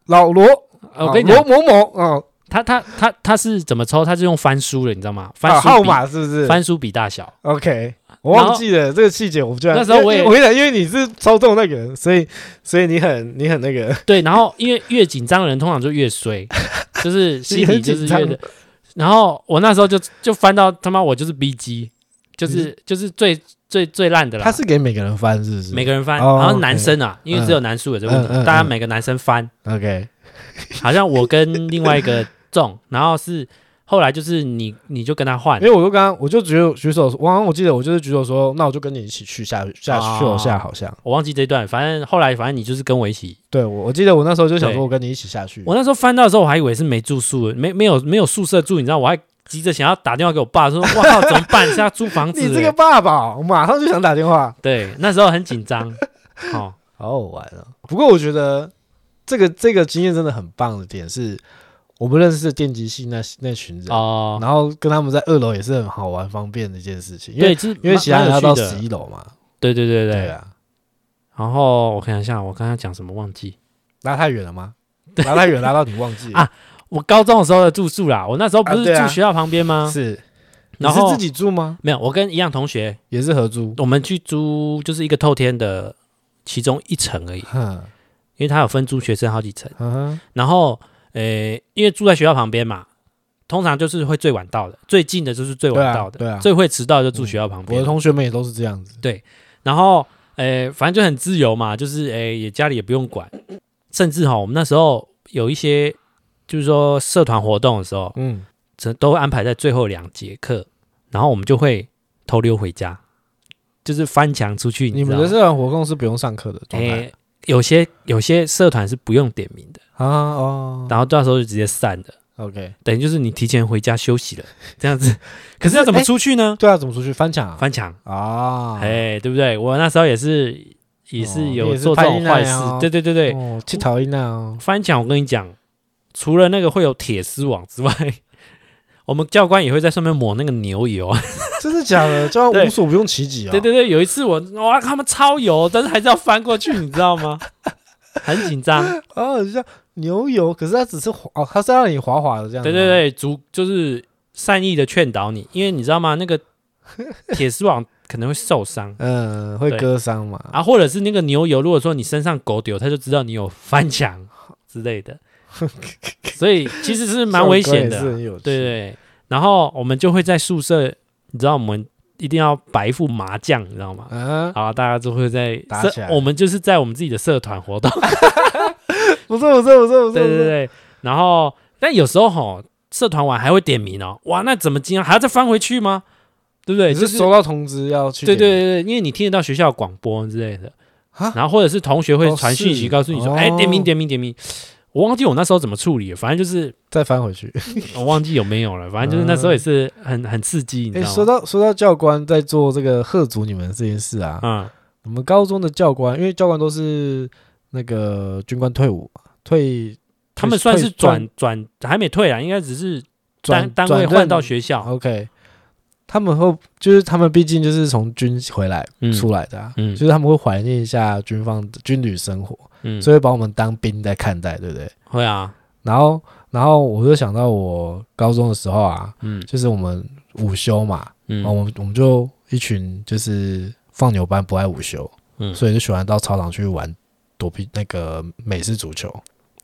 老罗，哦啊我跟你罗讲，某某，嗯，他他他他是怎么抽？他是用翻书的，你知道吗？翻啊书号比码是不是翻书比大小， ？OK，我忘记了这个细节，我居然那时候我也因为我跟你讲，因为你是抽中那个人，所以所以你很你很那个，对，啊然后因为越紧张的人通常就越 [LAUGHS] 衰，就是心里就是你越很紧的。然后我那时候就就翻到他妈我就是 B G，就是就是最最最烂的嗯啦。他是给每个人翻是不是？每个人翻，哦然后 OK 男生啊，因为只有男数有这个问嗯嗯嗯题，大家每个男生翻， OK，好像我跟另外一个中， [LAUGHS] 然后是后来就是你你就跟他换因，为我就刚刚我就举手举手，我刚刚我记得我就是举手说，那我就跟你一起去下下哦去楼下好像，我忘记这一段，反正后来反正你就是跟我一起。对我我记得我那时候就想对说我跟你一起下去，我那时候翻到的时候，我还以为是没住宿的，没没有没有宿舍住，你知道，我还急着想要打电话给我爸说，哇靠，怎么办？是要租房子欸？你这个爸爸，我马上就想打电话，对，那时候很紧张。 [LAUGHS] 哦，好好玩啊！不过我觉得这个这个经验真的很棒的点是，我们认识的电机系那那群人，哦，然后跟他们在二楼也是很好玩方便的一件事情，因对，为其实因为蛮其他人蛮要到有趣的十一楼嘛，对对对对对。啊，然后我看一下，我刚才讲什么忘记。拉太远了吗？拉太远拉到你忘记了 [LAUGHS] 啊我高中的时候的住宿啦，我那时候不啊是对啊住学校旁边吗？是，你然是后自己住吗？没有，我跟一样同学，也是合租，我们去租就是一个透天的其中一层而已，哼，因为它有分租学生好几层。嗯哼然后，呃，因为住在学校旁边嘛，通常就是会最晚到的，最近的就是最对晚啊到的，对啊嗯最会迟到的就住学校旁我边。的同学们也都是这样子，然后，诶、反正就很自由嘛，就是诶、也家里也不用管，甚至哈，我们那时候有一些，就是说社团活动的时候，嗯，这都会安排在最后两节课，然后我们就会偷溜回家，就是翻墙出去。你知们道的吗社团活动是不用上课的状态诶，有些有些社团是不用点名的，啊？哦然后到时候就直接散了， ，OK，等于就是你提前回家休息了这样子。可是要怎么诶出去呢？对啊，怎么出去翻墙啊？翻墙，啊，哎，对不对？我那时候也是也哦是你有也是做这种叛逆男坏事哦，对对对对，哦，去讨厌那哦，翻墙，我跟你讲，除了那个会有铁丝网之外， [LAUGHS] 我们教官也会在上面抹那个牛油。 [LAUGHS] 真的假的？叫对无所不用其极啊！对对对，有一次我哇，他们超油，但是还是要翻过去，你知道吗？ [LAUGHS] 很紧张。 [LAUGHS] 哦，像牛油，可是它只是滑哦，它是让你滑滑的这样。啊对对，对，足就是善意的劝导你，因为你知道吗？那个铁丝网可能会受伤。嗯，会对割伤嘛？啊，或者是那个牛油，如果说你身上狗丢，他就知道你有翻 [LAUGHS] 墙之类的，所以其实是蛮危险的这啊、首歌也是很有趣对对，对，然后我们就会在宿舍，你知道我们一定要摆一副麻将，你知道吗？啊，然后大家就会在打起社来，我们就是在我们自己的社团活 [LAUGHS] 动，不错不错不错不错，对对对。然后，但有时候吼，社团玩还会点名哦，哇，那怎么今天还要再翻回去吗？对不对？你就是收到通知要去对对点名？对对，因为你听得到学校广播之类的，啊然后或者是同学会哦传讯息是告诉你说，哦哎、点名点名点名，我忘记我那时候怎么处理了，反正就是再翻回去。我忘记有没有了，反正就是那时候也是很很刺激，你知哎，道嗯说吗？到说到教官在做这个贺足你们这件事啊，嗯，我们高中的教官，因为教官都是那个军官退伍嘛，退他们算是退转转转还没退啊，应该只是单转单位转换任哦到学校， OK，他们后就是他们毕竟就是从军回来嗯出来的、啊，嗯就是他们会怀念一下军方的军旅生活，嗯，所以把我们当兵在看待，对不对？会啊，然后，然后我就想到我高中的时候啊，嗯就是我们午休嘛，然后嗯我们我们就一群就是放牛班不爱午休，嗯，所以就喜欢到操场去玩躲避那个美式足球，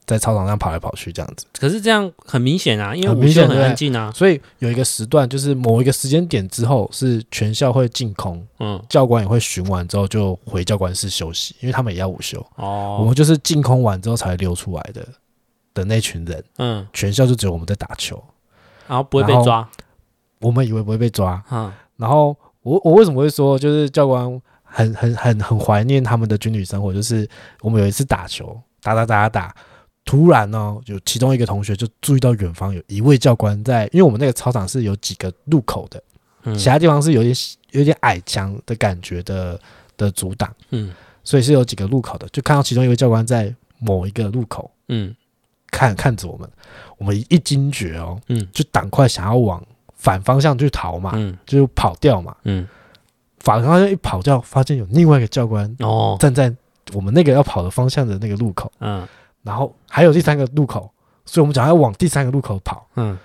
在操场上跑来跑去这样子。可是这样很明显啊，因为很午明休显很对安静啊，所以有一个时段，就是某一个时间点之后，是全校会净空，嗯教官也会巡完之后就回教官室休息，因为他们也要午休。我哦们就是净空完之后才溜出来的的那群人，嗯，全校就只有我们在打球。然后不会被然后抓，我们以为不会被抓，嗯然后我我为什么会说就是教官很很很很怀念他们的军旅生活？就是我们有一次打球，打打打打打，突然呢、有其中一个同学就注意到远方有一位教官在，因为我们那个操场是有几个路口的，嗯其他地方是有点有点矮墙的感觉的的阻挡，嗯所以是有几个路口的，就看到其中一位教官在某一个路口嗯看看着我们，我们一惊觉哦，嗯就赶快想要往反方向去逃嘛，嗯就跑掉嘛，嗯，反方向一跑掉，发现有另外一个教官哦站在我们那个要跑的方向的那个路口，嗯然后还有第三个路口，所以我们想要往第三个路口跑，嗯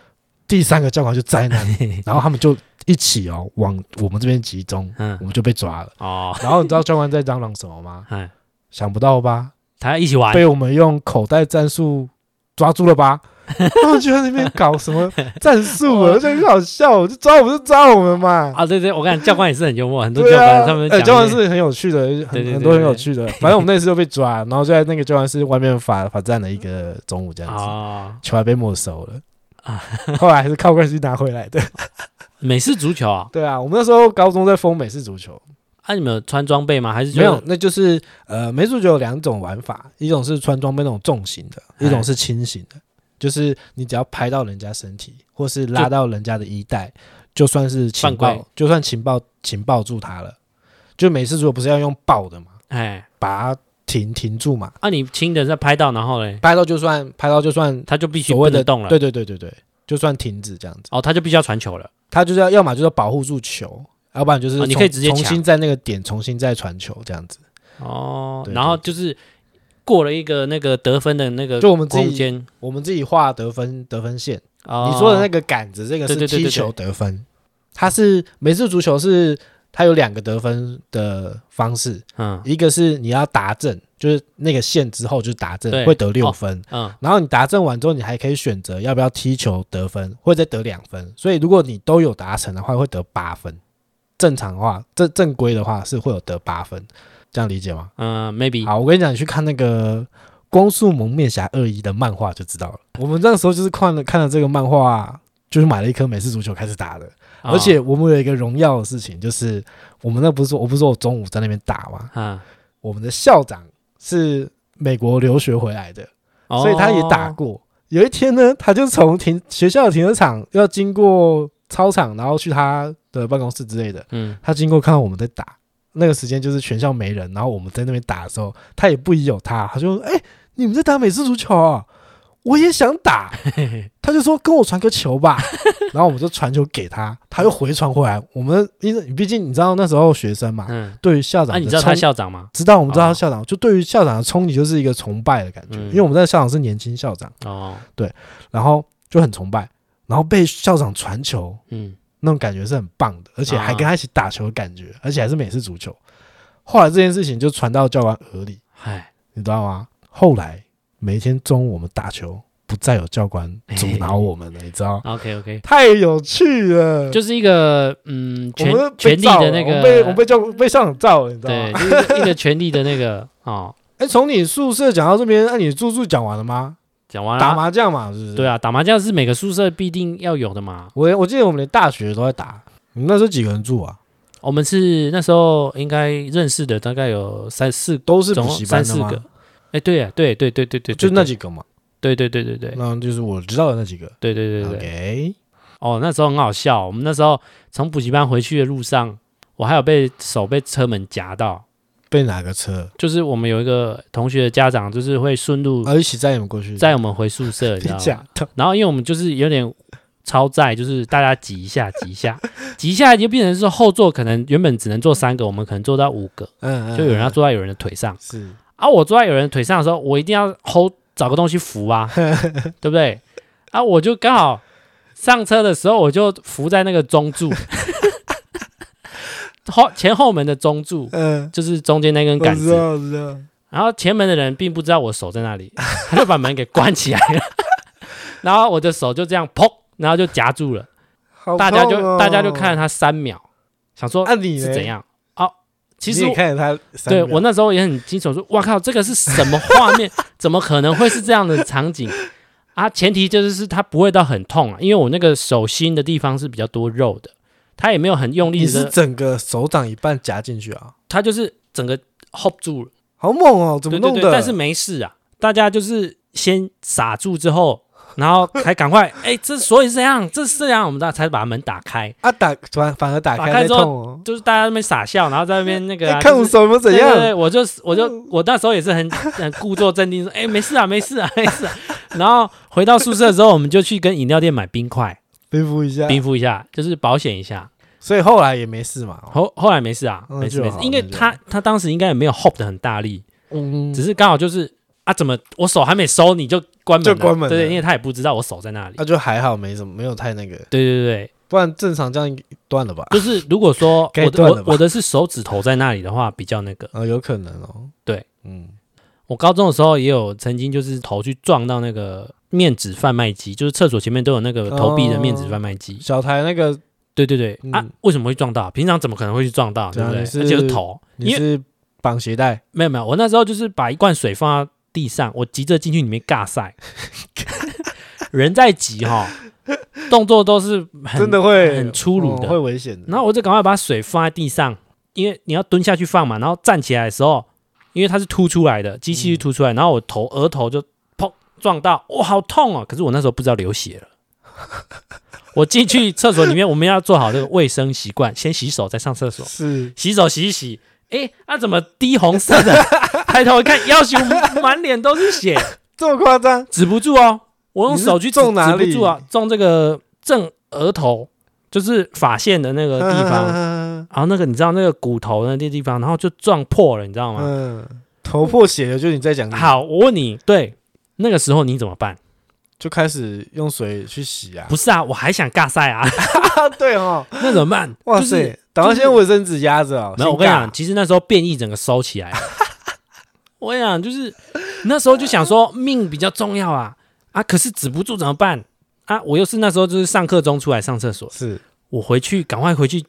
第三个教官就在 [LAUGHS] 那里，然后他们就一起哦往我们这边集中，我嗯们就被抓了。哦，？然后你知道教官在嚷嚷什么吗 [LAUGHS] 哎，想不到吧？他要一起玩，被我们用口袋战术抓住了 [LAUGHS] 吧？他们就在那边搞什么战术啊，就很好笑，我就抓我们就抓我们嘛。啊，对对，我看教官也是很幽默，很多对教啊，官他们呃讲教官一些是很有趣的，对对很对很多很对有对趣的。反正我们那次就被抓，然后就在那个教官室外面罚罚站了一个中午这样子，哦，球还被没收了啊。 [LAUGHS] 后来还是靠关系拿回来的。美式足球啊，对啊，我们那时候高中在封美式足球，啊，你们有穿装备吗？还是就没有，？那就是呃，美式足球有两种玩法，一种是穿装备那种重型的，哎一种是轻型的，就是你只要拍到人家身体，或是拉就到人家的衣带，就算是情犯报规，就算情报情报住他了。就美式足球不是要用爆的嘛，哎，把它停停住嘛，啊，你亲的在拍到，然后嘞，拍到就算拍到就算，他就必须所不谓的能动了，对，对对对对，就算停止这样子，哦，他就必须要传球了，他就是要要么就是要保护住球，要不然就是哦你重可以直接重抢新在那个点重新再传球这样子。哦，对然后就是过了一个那个得分的那个就我们自己空间，我们自己画得分得分线，哦，你说的那个杆子，这个对对是对对踢球得分，它是美式足球是它有两个得分的方式，嗯一个是你要达阵，就是那个线之后就是达对阵会得六分。嗯然后你达阵完之后，你还可以选择要不要踢球得分，或者再得两分。所以如果你都有达成的话，会得八分。正常的话，正正规的话是会有得八分，这样理解吗？嗯，maybe 好，我跟你讲，你去看那个光速蒙面侠二一的漫画就知道了。我们那时候就是看了看了这个漫画、就是买了一颗美式足球开始打的。啊哦而且我们有一个荣耀的事情，就是我们那不是说，我不是说我中午在那边打吗？啊，我们的校长是美国留学回来的，哦所以他也打过。有一天呢，他就从停学校的停车场要经过操场，然后去他的办公室之类的。嗯，他经过看到我们在打，那个时间就是全校没人，然后我们在那边打的时候，他也不疑有他，他就哎、你们在打美式足球啊？我也想打， [LAUGHS] 他就说跟我传个球吧，然后我们就传球给他，他又回传回来。我们因为毕竟你知道那时候学生嘛，嗯，对于校啊，长你的知道他冲，校长吗？知道我们知道他哦校长，就对于校长的冲击就是一个崇拜的感觉，嗯因为我们在校长是年轻校长，哦，然后就很崇拜，然后被校长传球，嗯，那种感觉是很棒的，而且还啊跟他一起打球的感觉，而且还是美式足球。后来这件事情就传到教官耳里，嗨，你知道吗？后来每一天中午我们打球，不再有教官阻挠我们了，你知道？ ，OK OK，太有趣了，嗯就是一个嗯，我权们权被力罩了的那我们被我个们，被教被校长罩了，你知道对，吗？就是一个权力的那个哦，哎，从你宿舍讲到这边，那你住宿讲完了吗？讲完打了，麻将嘛，是不是？啊对啊，打麻将是每个宿舍必定要有的嘛。我我记得我们连大学都在打。你那时候几个人住啊？我们是那时候应该认识的，大概有三四，都是总补共习班三的四吗？个。哎，对啊，对对对对对，就对那，几个嘛，对对对对对那就是我知道的那几个。对对对嗯对对。OK，哦，那时候很好笑，我们那时候从补习班回去的路上，我还有被手被车门夹到，被哪个车？就是我们有一个同学的家长，就是会顺路啊，一起载你们过去。载我们回宿舍，你知你 [LAUGHS] 道吗？假的，然后因为我们就是有点超载，就是大家挤一下，挤一下，挤一下就变成是后座可能原本只能坐三个，我们可能坐到五个，嗯就有人要坐在有人的腿上。是啊，我坐在有人腿上的时候，我一定要 hold 找个东西 [LAUGHS] 扶啊，对不对？啊，我就刚好上车的时候，我就扶在那个中柱， [LAUGHS] 后前后门的中柱，嗯，就是中间那根我杆知子。道，我知道。然后前门的人并不知道我手在那里，他就把门给关起来 [LAUGHS] 了，然后我的手就这样砰，然后就夹住了。好大家就、痛哦大家就看了他三秒，想说啊，你是呢怎？样？哦，其你实也我看着他三对秒，我那时候也很惊悚，说：“哇靠，这个是什么画 [LAUGHS] 面？怎么可能会是这样的场景啊？”前提就是是它不会到很痛啊，因为我那个手心的地方是比较多肉的，它也没有很用力你是的，整个手掌一半夹进去啊，它就是整个 hold 住了，好猛哦，怎么对弄对的？对，但是没事啊，大家就是先刹住之后。然后才赶快， [LAUGHS] 哎，这所以是这样，这是这样，我们大家才把门打开，啊，打反反而打打开开再之后痛哦。就是大家在那边傻笑，然后在那边那个啊、 [LAUGHS] 哎看就我是手有没有怎对对对，样？嗯我就我就我那时候也是很 [LAUGHS] 很故作镇定说，哎、没事啊，没事啊， [LAUGHS] 没事、啊。然后回到宿舍之后，我们就去跟饮料店买 [LAUGHS] 冰块，平复一下。冰敷一下，就是保险一下。所以后来也没事嘛。后后来没事啊，嗯没事就没好事，因为那就他他当时应该也没有 hop 的很大力，嗯只，是刚好就是啊，怎么我手还没收你就关门了，就关门了对对，因为他也不知道我手在那里。那就还好，没什么，没有太那个，对对对，不然正常这样断了吧？就是如果说 [LAUGHS] 该我的断了吧我我的是手指头在那里的话，比较那个。啊，有可能哦。对，嗯，我高中的时候也有曾经就是头去撞到那个面纸贩卖机，就是厕所前面都有那个投币的面纸贩卖机。小台那个对对对、啊哦嗯，为什么会撞到？平常怎么可能会去撞到？对对啊不对？你是而且是头，你因为是绑鞋带，没有没有，我那时候就是把一罐水放到地上，我急着进去里面尬塞， [LAUGHS] 人在急哈，动作都是很真的会很粗鲁的哦会危险的。然后我就赶快把水放在地上，因为你要蹲下去放嘛。然后站起来的时候，因为它是凸出来的，机器是凸出来，然后我头额头就砰撞到，哇，好痛哦！可是我那时候不知道流血 [LAUGHS] 了。我进去厕所里面，我们要做好这个卫生习惯，先洗手再上厕所。是洗手洗一洗，诶，啊怎么滴红色 [LAUGHS] 的？抬头一看，要求满脸都是血，这么夸张？止不住哦。我用你是手去指中哪里止不住啊，中这个正额头，就是发线的那个地方。方，然后那个你知道那个骨头那些地方，然后就撞破了，你知道吗？ [LAUGHS] 嗯，头破血流，就你在讲，，好，我问你，对，那个时候你怎么办？就开始用水去洗 [LAUGHS] 啊不。是啊，我还想尬 [LAUGHS] 赛啊，啊，对哦，那怎么办？哇就是塞，打算先用卫生纸压着啊。没有，我先跟尬你讲，，其实那时候变异整个收起来了。我跟你讲，就是那时候就想说命比较重要啊啊，可是止不住怎么办啊？我又是那时候就是上课中出来上厕所，是我回去赶快回去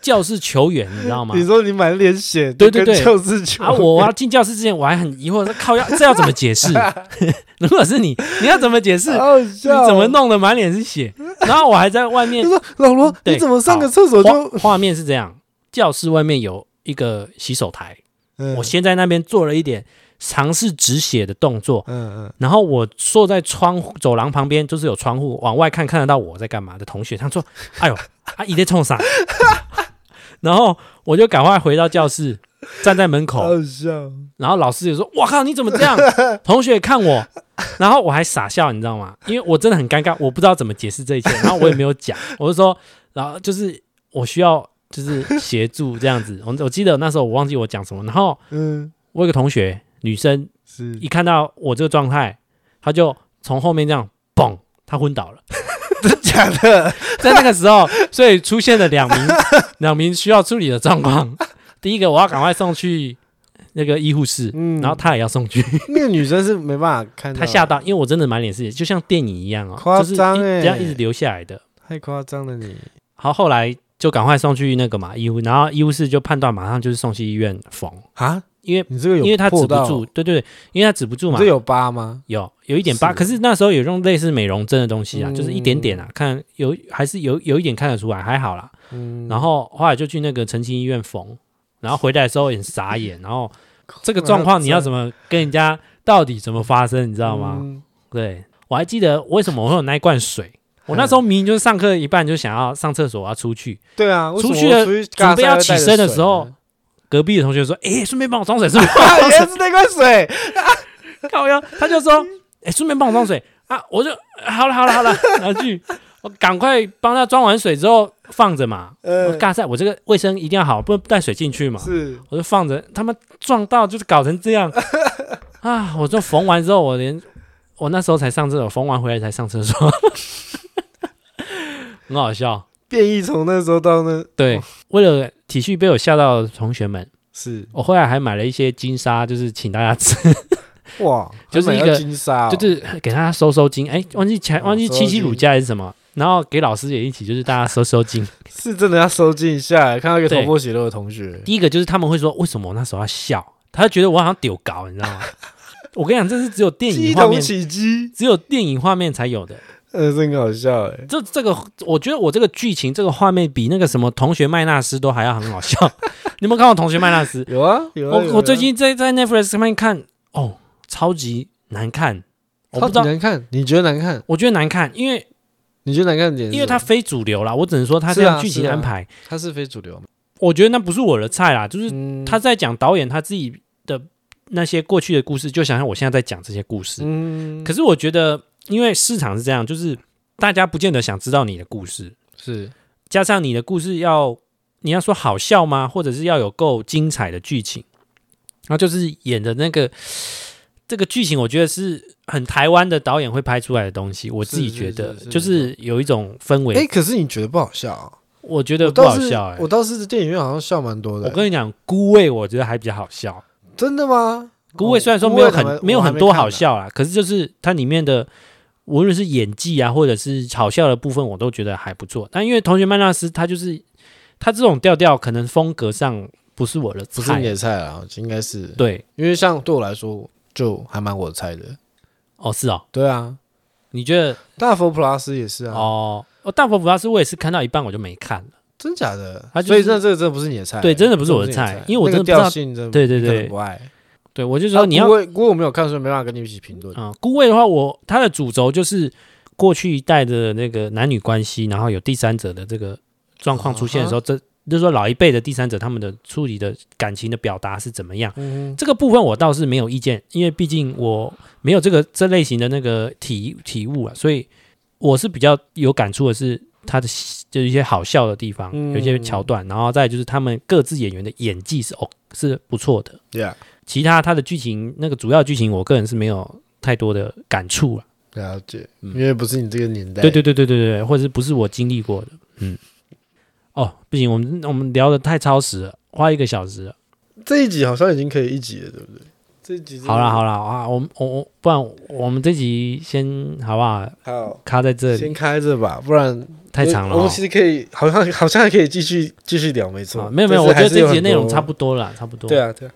教室球员，你知道吗？你说你满脸血，对对对就跟就是球 [LAUGHS] 啊，我要进教室之前我还很疑惑，说靠要这要怎么解释？ [LAUGHS] 如果是你，你要怎么解释？ [LAUGHS] [LAUGHS] 好你好笑哦怎么？弄得满脸是血？然后我还在外 [LAUGHS] 面就说老罗，嗯对你怎么上个厕所画就？画面是这样，教室外面有一个洗手台，嗯我先在那边做了一点尝试止血的动作，嗯嗯，然后我坐在窗户走廊旁边，就是有窗户往外看，看得到我在干嘛的同学，他说：“哎呦， [LAUGHS] 阿姨在冲啥？” [LAUGHS] 然后我就赶快回到教室，站在门口，好笑。然后老师也说：“哇靠，你怎么这样？”同学也看我，然后我还傻笑，你知道吗？因为我真的很尴尬，我不知道怎么解释这一切，然后我也没有讲，我就说，然后就是我需要就是协助这样子。我我记得那时候我忘记我讲什么，然后嗯，我有个同学女生是一看到我这个状态，她就从后面这样嘣，她昏倒了。假的，在那个时候，所以出现了两名两名需要处理的状况。第一个，我要赶快送去那个医护室，嗯然后她也要送去。那个女生是没办法看到，他吓到，因为我真的满脸是血，就像电影一样哦，夸就是一张欸这样一直流下来的。太夸张了你。好，后来就赶快送去那个嘛医务，然后医务室就判断马上就是送去医院缝，啊，因为你这个有因为他止破不到住，，对对对，因为他止不住你嘛这，有疤吗？有有一点疤，是可是那时候有用类似美容针的东西啊，嗯就是一点点啊，看有还是有有一点看得出来，还好啦。嗯，然后后来就去那个澄清医院缝，然后回来的时候很傻眼，[LAUGHS] 然后这个状况你要怎么么跟人家到底怎么发生，你知知道吗？嗯对，我还记得为什么我会有那一罐水。我那时候明明就是上课一半就想要上厕所，我要出去。对啊，为什么出去了我出去嘎准备要塞会带起身着的水时 [LAUGHS] 候呢，隔壁的同学说：“哎、顺便帮我装水，顺便啊，原来是那罐 [LAUGHS] 水，靠腰。”他就说：“哎、顺便帮我装水啊！”我就好了，好了，好 [LAUGHS] 了，拿去。我赶快帮他装完水之后放着嘛。我呃，尬赛，我这个卫生一定要好，不能带水进去嘛。是我就放着，他们撞到就是搞成这样啊！我就缝完之后，我连我那时候才上厕所，缝完回来才上厕所， [LAUGHS] 很好笑。变异从那时候到那对，为了体恤被我吓到的同学们，是我后来还买了一些金沙，就是请大家吃，哇，就是还买一个到金沙哦，就是给大家收收筋。哎、忘记前哦忘记收收七七乳筋加还是什么，然后给老师也一起，就是大家收 [LAUGHS] 收筋。是真的要收进一下。看到一个对头破血流的同学，第一个就是他们会说，为什么我那时候要笑？他就觉得我好像丢搞，你知 [LAUGHS] 道吗？我跟你讲，这是只有电鸡影画同面，起鸡，只有电影画面才有的。 [LAUGHS] 呃，真搞笑哎。这这个，我觉得我这个剧情这个画面比那个什么同学麦纳斯都还要很好笑。 [LAUGHS] 你有没有看过同学麦纳斯？有啊，有啊，有啊我我最近在在 Netflix 上面看，哦，超级难看，我超不知级道，难看，你觉得难看？我觉得难看，因为你觉得难看的点是什么？因为它非主流啦，我只能说它是这啊样剧情是啊安排，它是非主流嘛，我觉得那不是我的菜啦，就是嗯他在讲导演他自己的那些过去的故事，就想象我现在在讲这些故事。嗯可是我觉得，因为市场是这样，就是大家不见得想知道你的故事，是加上你的故事要你要说好笑吗？或者是要有够精彩的剧情，然后就是演的那个这个剧情，我觉得是很台湾的导演会拍出来的东西。我自己是觉得是是是就是有一种氛围，哎、可是你觉得不好笑啊、我觉我得不倒好是笑、哎，我倒是电影院好像笑蛮多的、我跟你讲，孤味我觉得还比较好笑。真的吗？孤味虽然说哦孤没有味我很、还没有我还很多看好呢，笑啦，可是就是它里面的无论是演技啊，或者是好笑的部分，我都觉得还不错。但因为《同学麦纳斯》，他就是他这种调调，可能风格上不是我的不是菜。你的菜啊，应该是对，因为像对我来说就还蛮我的菜的。哦，是哦，对啊，你觉得、大佛普拉斯也是啊，哦？哦，大佛普拉斯我也是看到一半我就没看了。真假的？它就是所以那这个真的不是你的菜，对真的不是我的真的菜你因为我真的不知那道个调性真的对对你可能对不啊爱。对，我就就说你要我我我没有看，所以没办法跟你一起评论。嗯，孤味的话，我它的主轴就是过去一代的那个男女关系，然后有第三者的这个状况出现的时候，这就是说老一辈的第三者他们的处理的感情的表达是怎么样。嗯这个部分我倒是没有意见，因为毕竟我没有这个这类型的那个体体悟啊，所以我是比较有感触的是他的就是一些好笑的地方，有一些嗯桥段，然后再就是他们各自演员的演技是哦是不错的。 ，Yeah，其他它的剧情那个主要剧情，我个人是没有太多的感触了。了解，嗯因为不是你这个年代。对对对对对对，或者是不是我经历过的？嗯，哦，不行，我们我们聊的太超时了，花一个小时了。这一集好像已经可以一集了，对不对？这一集好啦好了，啦啊，我们我我不然我们这集先好不好？好，卡在这先里，开着吧，不然太长了我哦们其实可以，好像好像还可以继续继续聊，没错啊。没有没有，但我是觉还得是有这集很的多内容差不多了，差不多。对啊，对啊，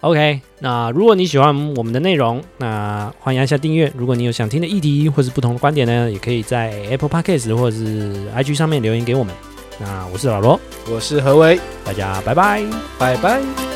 OK，那如果你喜欢我们的内容，那欢迎按下订阅。如果你有想听的议题或是不同的观点呢，也可以在 Apple Podcast 或者是 IG 上面留言给我们。那我是老罗，我是何为，大家拜拜。拜拜。